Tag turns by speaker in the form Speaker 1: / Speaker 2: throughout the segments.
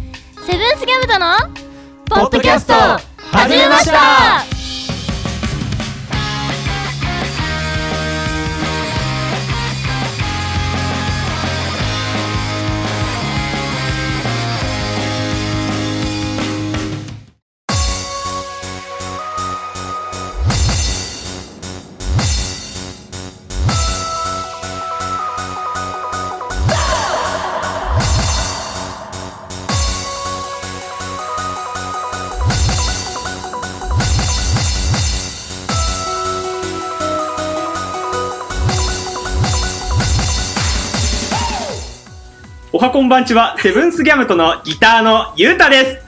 Speaker 1: ルースギャムとの
Speaker 2: ポッドキャスト始めました
Speaker 3: おはこんばんちは、セブンスギャムとのギターのゆうたで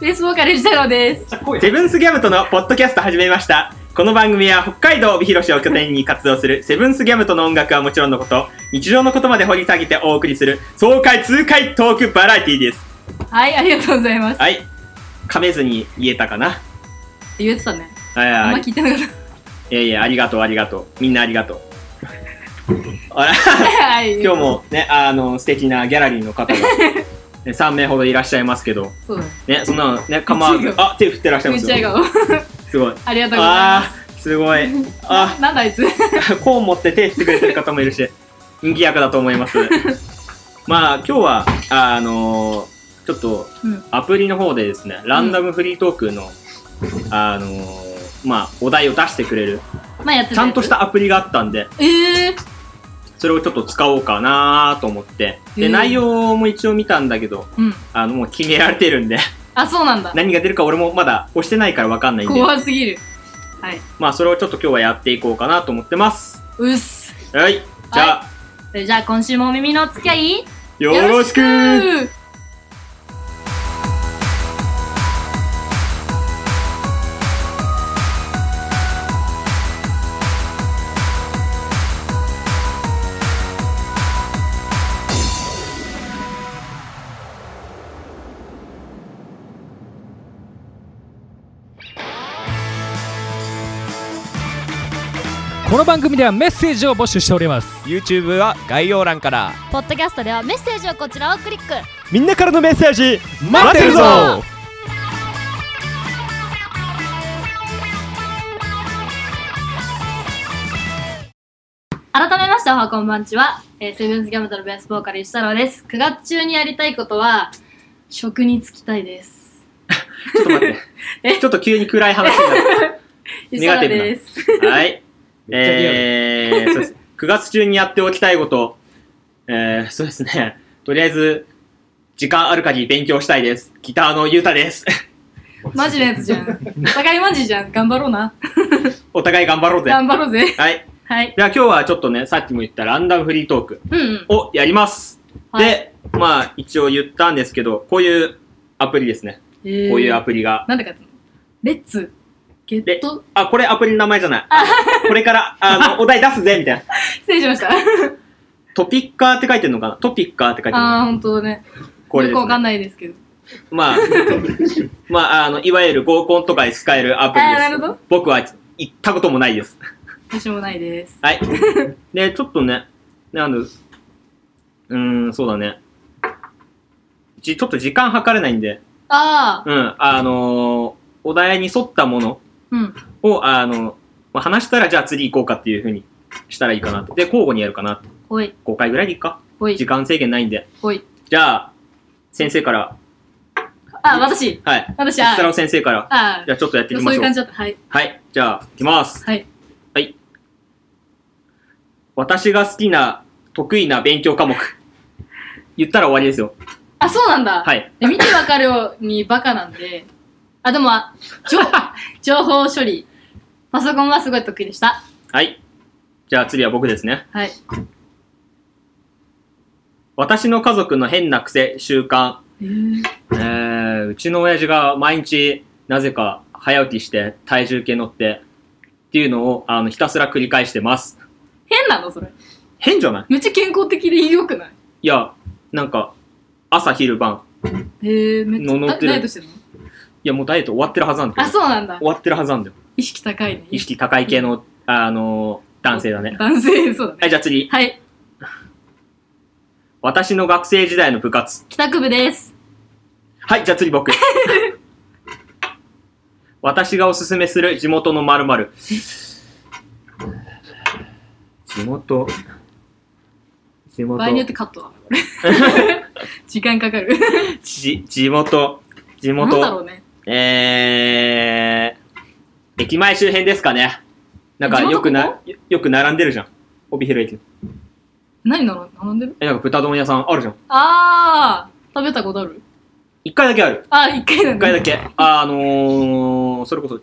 Speaker 4: ベースボーカル藤太郎です。
Speaker 3: す。セブンスギャムとのポッドキャスト始めました。この番組は北海道帯広市を拠点に活動するセブンスギャムとの音楽はもちろんのこと、日常のことまで掘り下げてお送りする爽快痛快トークバラエティーです。
Speaker 4: はい、ありがとうございます。
Speaker 3: はい。噛めずに言えたかな。
Speaker 4: 言ってたね。
Speaker 3: はい
Speaker 4: あんま
Speaker 3: はい。
Speaker 4: 聞いてなかっ
Speaker 3: いやいや、ありがとうありがとう。みんなありがとう。 あ
Speaker 4: た。はい。
Speaker 3: 今日。もね、あの、素敵なギャラリーの方が、ね、3名 ほどいらっしゃいますけど、
Speaker 4: そうだね。
Speaker 3: ね、そんなのね、構わず
Speaker 4: 違う、
Speaker 3: あ、手振ってらっしゃい
Speaker 4: め
Speaker 3: ます
Speaker 4: っちゃ
Speaker 3: よ
Speaker 4: 笑。顔。
Speaker 3: すごい。
Speaker 4: ありがとうございま
Speaker 3: あー、すごい。 あ
Speaker 4: す。、なんだあいつ。
Speaker 3: こう持って手振ってくれてる方もいる し、賑やかだと思います。まあ、今日は、あのーちょっと
Speaker 4: うん、
Speaker 3: アプリの方でですね、ランダムフリートークの、あのーまあ、お題を出してくれる、
Speaker 4: まあやって
Speaker 3: ちゃんとし。たアプリがあったんで、
Speaker 4: ええー。
Speaker 3: それをちょっと使おうかなと思って、
Speaker 4: う
Speaker 3: で、
Speaker 4: ん
Speaker 3: 内容も一応見たんだけど、
Speaker 4: うん。
Speaker 3: あの、もう決められてるんで、
Speaker 4: あ、そうなんだ。
Speaker 3: 何が出るか俺もまだ押してないからわかんないんで、
Speaker 4: 怖すぎる。はい。
Speaker 3: まあ、それをちょっと今日はやっていこうかなと思ってます。
Speaker 4: うっす。
Speaker 3: はい。じゃあ、
Speaker 4: それじゃあ今週もお耳のお付き合い。
Speaker 3: よろしく
Speaker 4: よろしく
Speaker 2: この番組ではメッセージを募集しております
Speaker 5: YouTube は概要欄から
Speaker 1: ポッドキャストではメッセージをこちらをクリック
Speaker 5: みんなからのメッセージ
Speaker 2: 待ってるぞ
Speaker 4: 改めましておはこんばんちは、えーセブンスギャムトのベースボーカル石太郎です9月中にやりたいことは職に就きたいです
Speaker 3: ちょっと待って。
Speaker 4: え
Speaker 3: ちょっと急に暗い話になっ
Speaker 4: 石太郎
Speaker 3: ネガティブな
Speaker 4: です
Speaker 3: た。はい。
Speaker 5: めっちゃリアル
Speaker 3: えー、そうです。9月中にやっておきたいこと。えー、そうですね。とりあえず、時間ある限り勉強したいです。ギターのゆうたです。
Speaker 4: マジのやつじゃん。お互いマジじゃん。頑張ろうな。
Speaker 3: お互い頑張ろうぜ。は
Speaker 4: 頑張ろうぜ。
Speaker 3: い。
Speaker 4: はい。
Speaker 3: では今日はちょっとね、さっきも言ったランダムフリートーク
Speaker 4: うんうん。
Speaker 3: をやります。
Speaker 4: はい、
Speaker 3: で、まあ一応言ったんですけど、こういうアプリですね。
Speaker 4: え
Speaker 3: こ
Speaker 4: ー
Speaker 3: ういうアプリが。
Speaker 4: なんでかってレッツ、ゲッ
Speaker 3: で
Speaker 4: ト、
Speaker 3: あ、これアプリの名前じゃない。 これから、あの、お題出すぜみたいな。
Speaker 4: 失礼しました。
Speaker 3: トピッカーって書いてるのかなトピッカーって書いてるのか
Speaker 4: あ
Speaker 3: な
Speaker 4: ー、ほんとだね。
Speaker 3: これ
Speaker 4: よ
Speaker 3: で
Speaker 4: く
Speaker 3: す
Speaker 4: わかん
Speaker 3: ね。
Speaker 4: ないですけど。
Speaker 3: まあ、まあ、あの、いわゆる合コンとかで使えるアプリです。
Speaker 4: あーなるほど
Speaker 3: 僕は行ったこともないです。
Speaker 4: 私もないです。
Speaker 3: はい。で、ちょっとね、なんだ、うーん、そうだね。じちょっと時間計れないんで、
Speaker 4: あー、
Speaker 3: うん、あのーお題に沿ったもの
Speaker 4: うん。
Speaker 3: を、あの、まあ、話したら、じゃあ次行こうかっていうふうにしたらいいかなと。で、交互にやるかなと。
Speaker 4: おい、
Speaker 3: 5回ぐらいでいいか。
Speaker 4: お
Speaker 3: 時
Speaker 4: い、
Speaker 3: 間制限ないんで。
Speaker 4: おい。
Speaker 3: じゃあ、先生から、
Speaker 4: あ、私、
Speaker 3: はい。
Speaker 4: 私、
Speaker 3: 設
Speaker 4: あ
Speaker 3: 郎先生から、
Speaker 4: あ
Speaker 3: じゃあちょっとやってい
Speaker 4: ー、
Speaker 3: き
Speaker 4: そ
Speaker 3: ま
Speaker 4: うい
Speaker 3: し
Speaker 4: う
Speaker 3: ょう
Speaker 4: 感。じだった。はい。
Speaker 3: はい。じゃあ、いきます。
Speaker 4: はい。
Speaker 3: 私が好きな、得意な勉強科目。言ったら終わりですよ。
Speaker 4: あ、そうなんだ。
Speaker 3: はい。
Speaker 4: え見てわかるようにバカなんで。あ、でも、あ情情報処理。パソコンはすごい得意でした。
Speaker 3: はい。じゃあ次は僕ですね。
Speaker 4: はい。
Speaker 3: 私の家族の変な癖、習慣。
Speaker 4: えー
Speaker 3: えー、うちの親父が毎日、なぜか早起きして、体重計乗って、っていうのを、あの、ひたすら繰り返してます。
Speaker 4: 変なのそれ。
Speaker 3: 変じゃない
Speaker 4: めっちゃ健康的で良くない
Speaker 3: いや、なんか、朝昼晩。
Speaker 4: へえめっちゃ
Speaker 3: の乗ってる
Speaker 4: ダダイエットしてるの
Speaker 3: いや、もうダイエット終わってるはずなんだけど。
Speaker 4: あそうなんだ
Speaker 3: 終わってるはずなんだよ。
Speaker 4: 意識高いね
Speaker 3: 意識高い系の、あのー男性だね。
Speaker 4: 男性そうだ
Speaker 3: はい、
Speaker 4: ね
Speaker 3: じゃあ次。
Speaker 4: はい
Speaker 3: 私の学生時代の部活。
Speaker 4: 帰宅部です
Speaker 3: はい、じゃあ次 僕。私がおすすめする地元のまる地元。地元。
Speaker 4: 場合によってカッ トだなこれ時間かかる
Speaker 3: ち地元。地
Speaker 4: なんだろ
Speaker 3: 元。
Speaker 4: うね
Speaker 3: えー、駅前周辺ですかね。なんか
Speaker 4: 地元
Speaker 3: よく
Speaker 4: こ
Speaker 3: な、よよく並んでるじゃん。帯広駅。
Speaker 4: 何なの並んでる
Speaker 3: え、なんか豚丼屋さんあるじゃん。
Speaker 4: あー食べたことある
Speaker 3: 一回だけある。
Speaker 4: あ一回だね
Speaker 3: 一回だけ。ああのー、それこそ、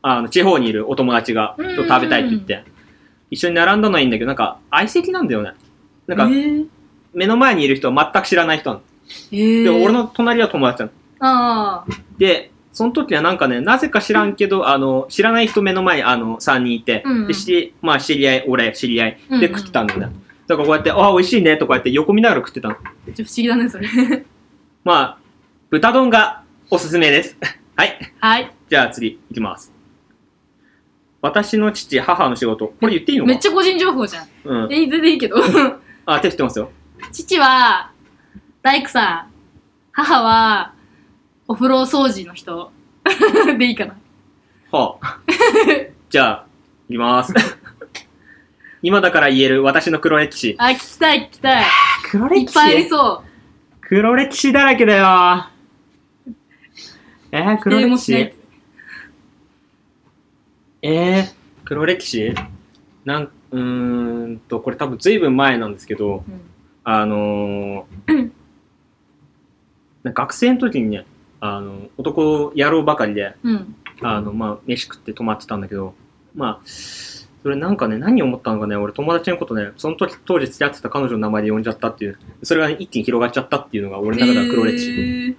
Speaker 3: あの、地方にいるお友達が、ち
Speaker 4: うんうんうん
Speaker 3: ょっと食べたいって言って、一緒に並んだのはいいんだけど、なんか、相席なんだよね。なん
Speaker 4: え
Speaker 3: か、
Speaker 4: ー
Speaker 3: 目の前にいる人は全く知らない人なの。
Speaker 4: えー、
Speaker 3: で、俺の隣は友達なの。
Speaker 4: ああ
Speaker 3: で、その時はなんかね、なぜか知らんけど、あの、知らない人目の前に、あの、3人いて、
Speaker 4: うんうん
Speaker 3: で、し、まあ、知り合い、俺、知り合い。で、
Speaker 4: うんうん
Speaker 3: 食ってたんだよね。だからこうやって、あ、美味しいね、とかやって横見ながら食ってたの。
Speaker 4: ちょっと不思議だねそれ
Speaker 3: まあ、豚丼がおすすめです。はい。
Speaker 4: はい
Speaker 3: じゃあ次、いきます。私の父、母の仕事。これ言っていいのか
Speaker 4: めっちゃ個人情報じゃん
Speaker 3: うん。
Speaker 4: え全然いいけど
Speaker 3: あ、手振ってますよ。
Speaker 4: 父は大工さん母はお風呂掃除の人 でいいかな
Speaker 3: は あ。じゃあ、いきます。今だから言える私の黒歴史。
Speaker 4: あ聞きたい聞きたい
Speaker 3: 黒
Speaker 4: いっぱいありそう
Speaker 3: 黒歴史だらけだよ。えー、黒
Speaker 4: 否定
Speaker 3: 歴
Speaker 4: もしない
Speaker 3: 史えー、黒歴史なん、うーんと、これ多分ずいぶん前なんですけど、
Speaker 4: うん
Speaker 3: あのー、なんか学生の時にね、あの男野郎ばかりで、
Speaker 4: うん
Speaker 3: あのまあ、飯食って泊まってたんだけど、まあ、それなんかね、何を思ったのかね、俺友達のことね、その時当時付き合ってた彼女の名前で呼んじゃったっていう、それが、ね、一気に広がっちゃったっていうのが俺の中では黒歴史。
Speaker 4: えー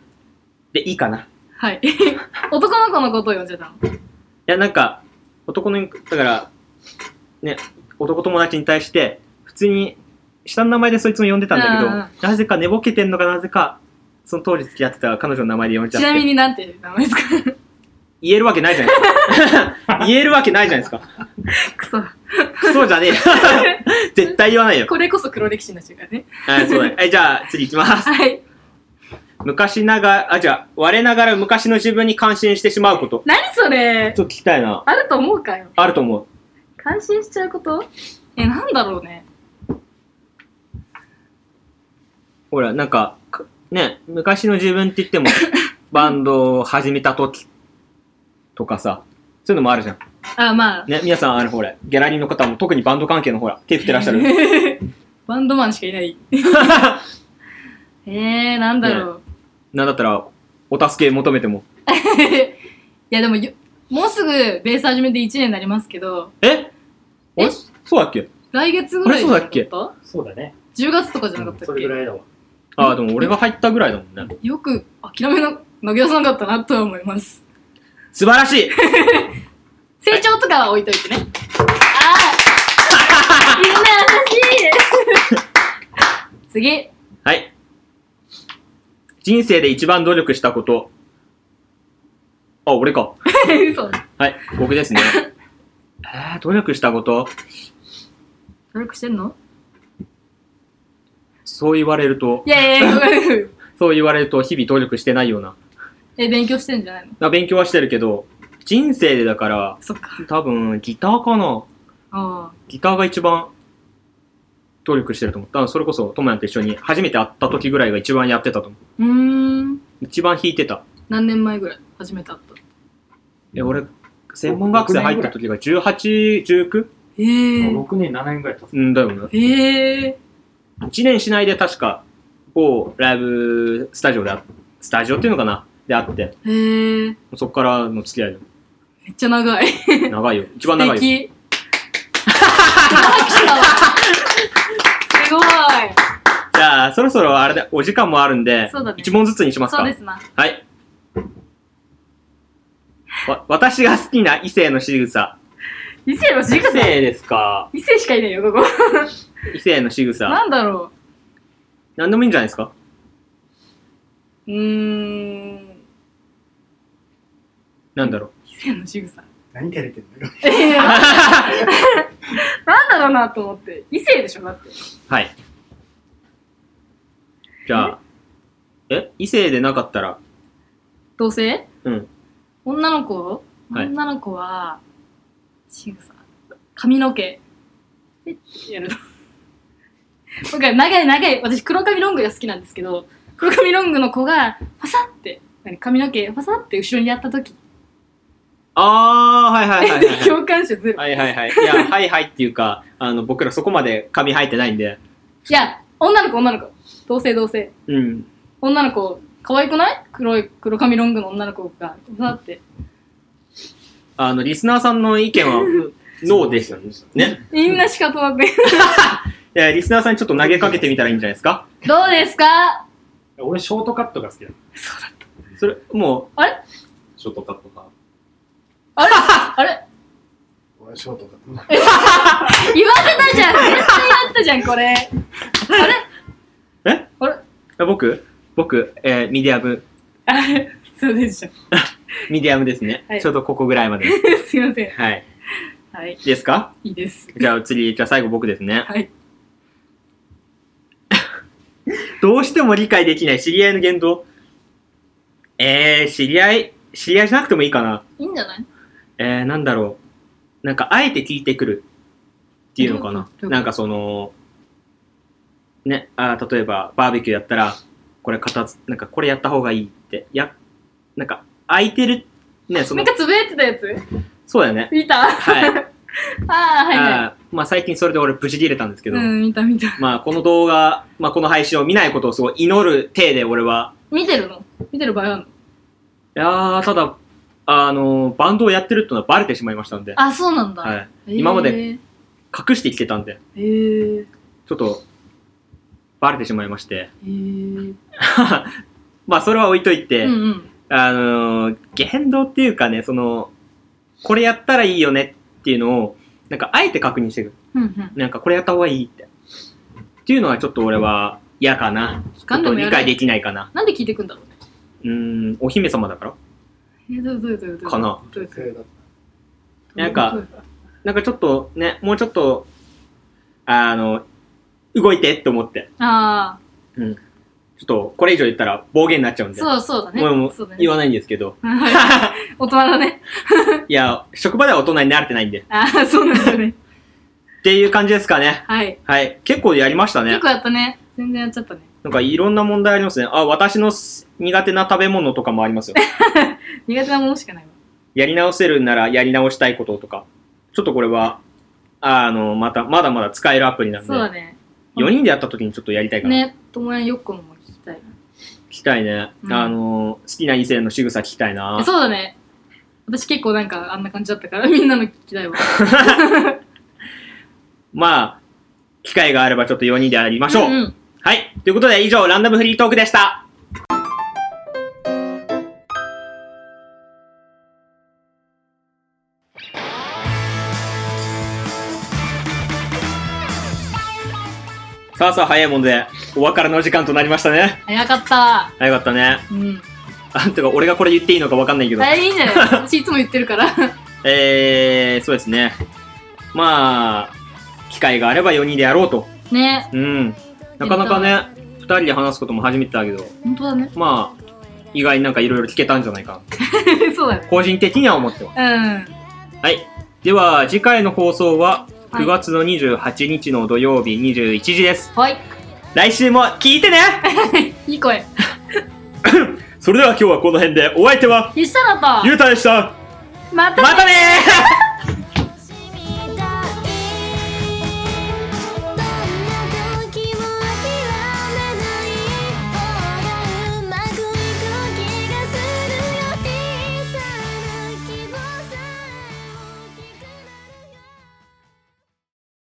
Speaker 3: で、いいかな。い
Speaker 4: はい 男の子のことを呼んじゃったの
Speaker 3: や、なんか、男の、だから、ね、男友達に対して、普通に、下の名前でそいつも呼んでたん
Speaker 4: うんう
Speaker 3: だ
Speaker 4: ん
Speaker 3: けど、なぜか寝ぼけてんのかなぜか、その当時付き合ってた彼女の名前で呼んじゃ
Speaker 4: ち
Speaker 3: って。
Speaker 4: なみになんて名前ですか
Speaker 3: 言えるわけないじゃないですか。言えるわけないじゃないですか。
Speaker 4: クソ
Speaker 3: クソじゃ ねえよ。絶対言わないよ。
Speaker 4: これこそ黒歴史になっちゃうからね
Speaker 3: はい、そうだね。はい、じゃあ、次行きます。
Speaker 4: はい
Speaker 3: 昔ながら、あ、じゃあ、我ながら昔の自分に感心してしまうこと。
Speaker 4: 何それ
Speaker 3: ちょっと聞きたいな。
Speaker 4: あると思うかよ
Speaker 3: あると思う。
Speaker 4: 感心しちゃうことえなんだろうね
Speaker 3: ほら、なんか、かね、昔の自分って言っても、バンドを始めた時とかさ、そういうのもあるじゃん。
Speaker 4: あまあ
Speaker 3: ね、皆さん、あの、ほら、ギャラリーの方も特にバンド関係のほら、手振ってらっしゃる。
Speaker 4: バンドマンしかいないえー、なんだろう、
Speaker 3: なんだったら、お助け求めても。
Speaker 4: いやでもよもうすぐベース始めて1年になりますけど
Speaker 3: え
Speaker 4: え
Speaker 3: えそうだっけ
Speaker 4: 来月ぐらいじゃなか
Speaker 3: あれ
Speaker 4: った
Speaker 6: そうだね。
Speaker 4: 10月とかじゃなかった
Speaker 6: そ
Speaker 4: っけ
Speaker 6: れぐらいだわ。
Speaker 3: ああ、でも俺が入ったぐらいだもんね。
Speaker 4: よく諦めの 投げ出さなかったなとは思います
Speaker 3: 素晴らしい
Speaker 4: 成長とかは置いといてね、ああみんな優 しい次
Speaker 3: はい。人生で一番努力したこと。あ、俺か。
Speaker 4: 嘘
Speaker 3: はい、僕ですね。えー、努力したこと
Speaker 4: 努力してんの
Speaker 3: そう言われると
Speaker 4: い、やいやごめ ん
Speaker 3: そう言われると日々努力してないような。
Speaker 4: え勉強してんじゃないの
Speaker 3: あ勉強はしてるけど、人生でだから、
Speaker 4: そっか
Speaker 3: 多分ギターかな。
Speaker 4: ああ
Speaker 3: ギターが一番努力してると思う。多分それこそ、ともやんと一緒に初めて会った時ぐらいが一番やってたと思う。
Speaker 4: うーん
Speaker 3: 一番弾いてた。
Speaker 4: 何年前ぐらい始めたと
Speaker 3: え、俺、専門学生入った時が18、19?
Speaker 4: へえ
Speaker 6: 6年、7年ぐらい経つ。
Speaker 3: うんだよね。
Speaker 4: へえ
Speaker 3: 1年しないで確か某ライブスタジオであスタジオっていうのかなであって
Speaker 4: へえ
Speaker 3: そこからの付き合い
Speaker 4: めっちゃ長い素
Speaker 3: だよ長いよ一番長い よ
Speaker 4: 敵拍手だわすごい
Speaker 3: じゃあそろそろあれでお時間もあるんで、
Speaker 4: そうだね
Speaker 3: 一問ずつにします
Speaker 4: そ
Speaker 3: か
Speaker 4: うですな
Speaker 3: はいわ私が好きな異性の仕草
Speaker 4: 異性の仕
Speaker 3: 異
Speaker 4: 草
Speaker 3: 性ですか
Speaker 4: 異性しかいないよここ
Speaker 3: 異性の仕草
Speaker 4: なんだろ
Speaker 3: 何でもいいんじゃないですか
Speaker 4: ううーん
Speaker 3: なんだろう
Speaker 4: 異性の仕草
Speaker 6: 何照れてんのよ。
Speaker 4: えー、 なんだろうなと思って異性でしょだって
Speaker 3: はいじゃあえ異性でなかったら、
Speaker 4: 同性
Speaker 3: うん。
Speaker 4: 女の子
Speaker 3: はい
Speaker 4: 女の子は、仕草髪の毛。えってやるの。僕は長い長い、私黒髪ロングが好きなんですけど、黒髪ロングの子が、パサって、何髪の毛、パサって後ろにやった時、
Speaker 3: あー、はいはいはいはい、 はい。
Speaker 4: 共感者ゼロ。
Speaker 3: はいはいはい。いや、はいはいっていうか、あの、僕らそこまで髪生えてないんで。
Speaker 4: いや、女の子女の子。同性同性。
Speaker 3: うん。
Speaker 4: 女の子、可愛くない黒い、黒髪ロングの女の子が、パサって。
Speaker 3: あの、リスナーさんの意見 は、うノーですよね。ね。
Speaker 4: みんな仕方なくて。
Speaker 3: いや、リスナーさんにちょっと投げかけてみたらいいんじゃないですか
Speaker 4: どうですか
Speaker 6: 俺、ショートカットが好きだ。
Speaker 3: それ、もう、
Speaker 6: ショートカットか。
Speaker 4: あれあれ
Speaker 6: 俺、ショ ートカット。
Speaker 4: 言わせたじゃん絶対やったじゃん、これ。
Speaker 3: あ僕僕、えーミディアム、
Speaker 4: あれ そうでした。
Speaker 3: ミディアムですね。
Speaker 4: はい
Speaker 3: ちょうどここぐらい まで。
Speaker 4: すいません。
Speaker 3: はい。
Speaker 4: はい、
Speaker 3: ですか
Speaker 4: いいです。
Speaker 3: じゃあ、次、じゃあ最後僕ですね。
Speaker 4: はい。
Speaker 3: どうしても理解できない知り合いの言動。えー、知り合い、知り合いじゃなくてもいいかな。
Speaker 4: いいんじゃない
Speaker 3: えー、なんだろう。なんか、あえて聞いてくるっていうのかな。
Speaker 4: どういうこと
Speaker 3: なんかその、ね、あー例えば、バーベキューやったら、これ片付、なんか、これやった方がいいって、や、なんか、空いてる、ね、そ
Speaker 4: な
Speaker 3: の
Speaker 4: ん、かつぶやいてたやつ
Speaker 3: そうだよね。
Speaker 4: 見たあ
Speaker 3: はい。
Speaker 4: あー、はいは
Speaker 3: あーまあ、最近それで俺、ブチ切れたんですけ
Speaker 4: い。
Speaker 3: ど、
Speaker 4: うん、見た見た。
Speaker 3: まあ、この動画、まあ、この配信を見ないことをすごい祈る体で俺は、
Speaker 4: 見てるの見てる場合あるの
Speaker 3: いやー、ただ、あのーバンドをやってるってのはバレてしまいましたんで、
Speaker 4: あ、そうなんだ。
Speaker 3: はい、
Speaker 4: へー
Speaker 3: 今まで。隠してきてたんで、
Speaker 4: へえ。
Speaker 3: ちょっと、バレてしまいまして、
Speaker 4: へー
Speaker 3: まあ、それは置いといて、
Speaker 4: うんうん。
Speaker 3: あのー言動っていうかね、その、これやったらいいよねっていうのを、なんか、あえて確認してる。
Speaker 4: うんうん。
Speaker 3: なんか、これやった方がいいって。っていうのはちょっと俺は嫌かな。
Speaker 4: 聞
Speaker 3: ちょ
Speaker 4: か
Speaker 3: っ
Speaker 4: んで
Speaker 3: と
Speaker 4: もや
Speaker 3: 理
Speaker 4: ら
Speaker 3: 解
Speaker 4: ない
Speaker 3: できないかな。
Speaker 4: なんで聞いてくんだろうね。
Speaker 3: うーん、お姫様だから
Speaker 4: えどうどうどうどう
Speaker 3: かな。
Speaker 4: どうどう
Speaker 3: なんか、なんかちょっとね、もうちょっと、あの、動いてって思って。
Speaker 4: あ
Speaker 3: ちょっと、これ以上言ったら暴言になっちゃうん
Speaker 4: あ、
Speaker 3: で。
Speaker 4: そうそうだね。
Speaker 3: もうもう
Speaker 4: そうだね
Speaker 3: 言わないんですけど。
Speaker 4: はい 大人だね。
Speaker 3: いや、職場では大人になれてないんで。っ
Speaker 4: ああ、そうなんだね。
Speaker 3: ていう感じですかね。
Speaker 4: はい。
Speaker 3: はい。結構やりましたね
Speaker 4: 結。構やったね。全然やっちゃったね。
Speaker 3: なんかいろんな問題ありますね。あ、私のす苦手な食べ物とかもあり ますよ。
Speaker 4: 苦手なものしかないわ。
Speaker 3: やり直せるならやり直したいこととか。ちょっとこれは、あの、また、まだまだ使えるアプリなんで。
Speaker 4: そうだね。
Speaker 3: 4人でやった時にちょっとやりたいかな。
Speaker 4: ね、ともやんよっこのも聞きたい
Speaker 3: 聞きたいね。
Speaker 4: うん
Speaker 3: あの、好きな異性の仕草聞きたいな
Speaker 4: な。。そうだね。私結構なんかあんな感じだったから、 みんなの聞き たいわ。
Speaker 3: まあ、機会があればちょっと4人でやりましょう。
Speaker 4: んん
Speaker 3: はい。ということで以上、ランダムフリートークでした。さあさあ早いもんで、お別れの時間となりましたね。
Speaker 4: 早かった。
Speaker 3: あよかったね。
Speaker 4: うん。
Speaker 3: あ、てか俺がこれ言っていいのかわかんないけど。
Speaker 4: 大変いいんじゃ ない私いつも言ってるから。
Speaker 3: えー、そうですね。まあ、機会があれば4人でやろうと。
Speaker 4: ね、
Speaker 3: うん。なかなかね、2人で話すことも初めてだけど、
Speaker 4: 本当だね。
Speaker 3: まあ、意外になんかいろいろ聞けたんじゃないか
Speaker 4: そうだね
Speaker 3: な。個人的には思ってます。。
Speaker 4: うん。
Speaker 3: はい。では、次回の放送は、
Speaker 4: はい
Speaker 3: 9月の28日の土曜日21時です。
Speaker 4: はい。
Speaker 3: 来週も聞 いてね
Speaker 4: いい声。
Speaker 3: それでは今日はこの辺で、お相手は、
Speaker 4: ゆしたらと、
Speaker 3: うたでした。
Speaker 4: またね
Speaker 3: またねー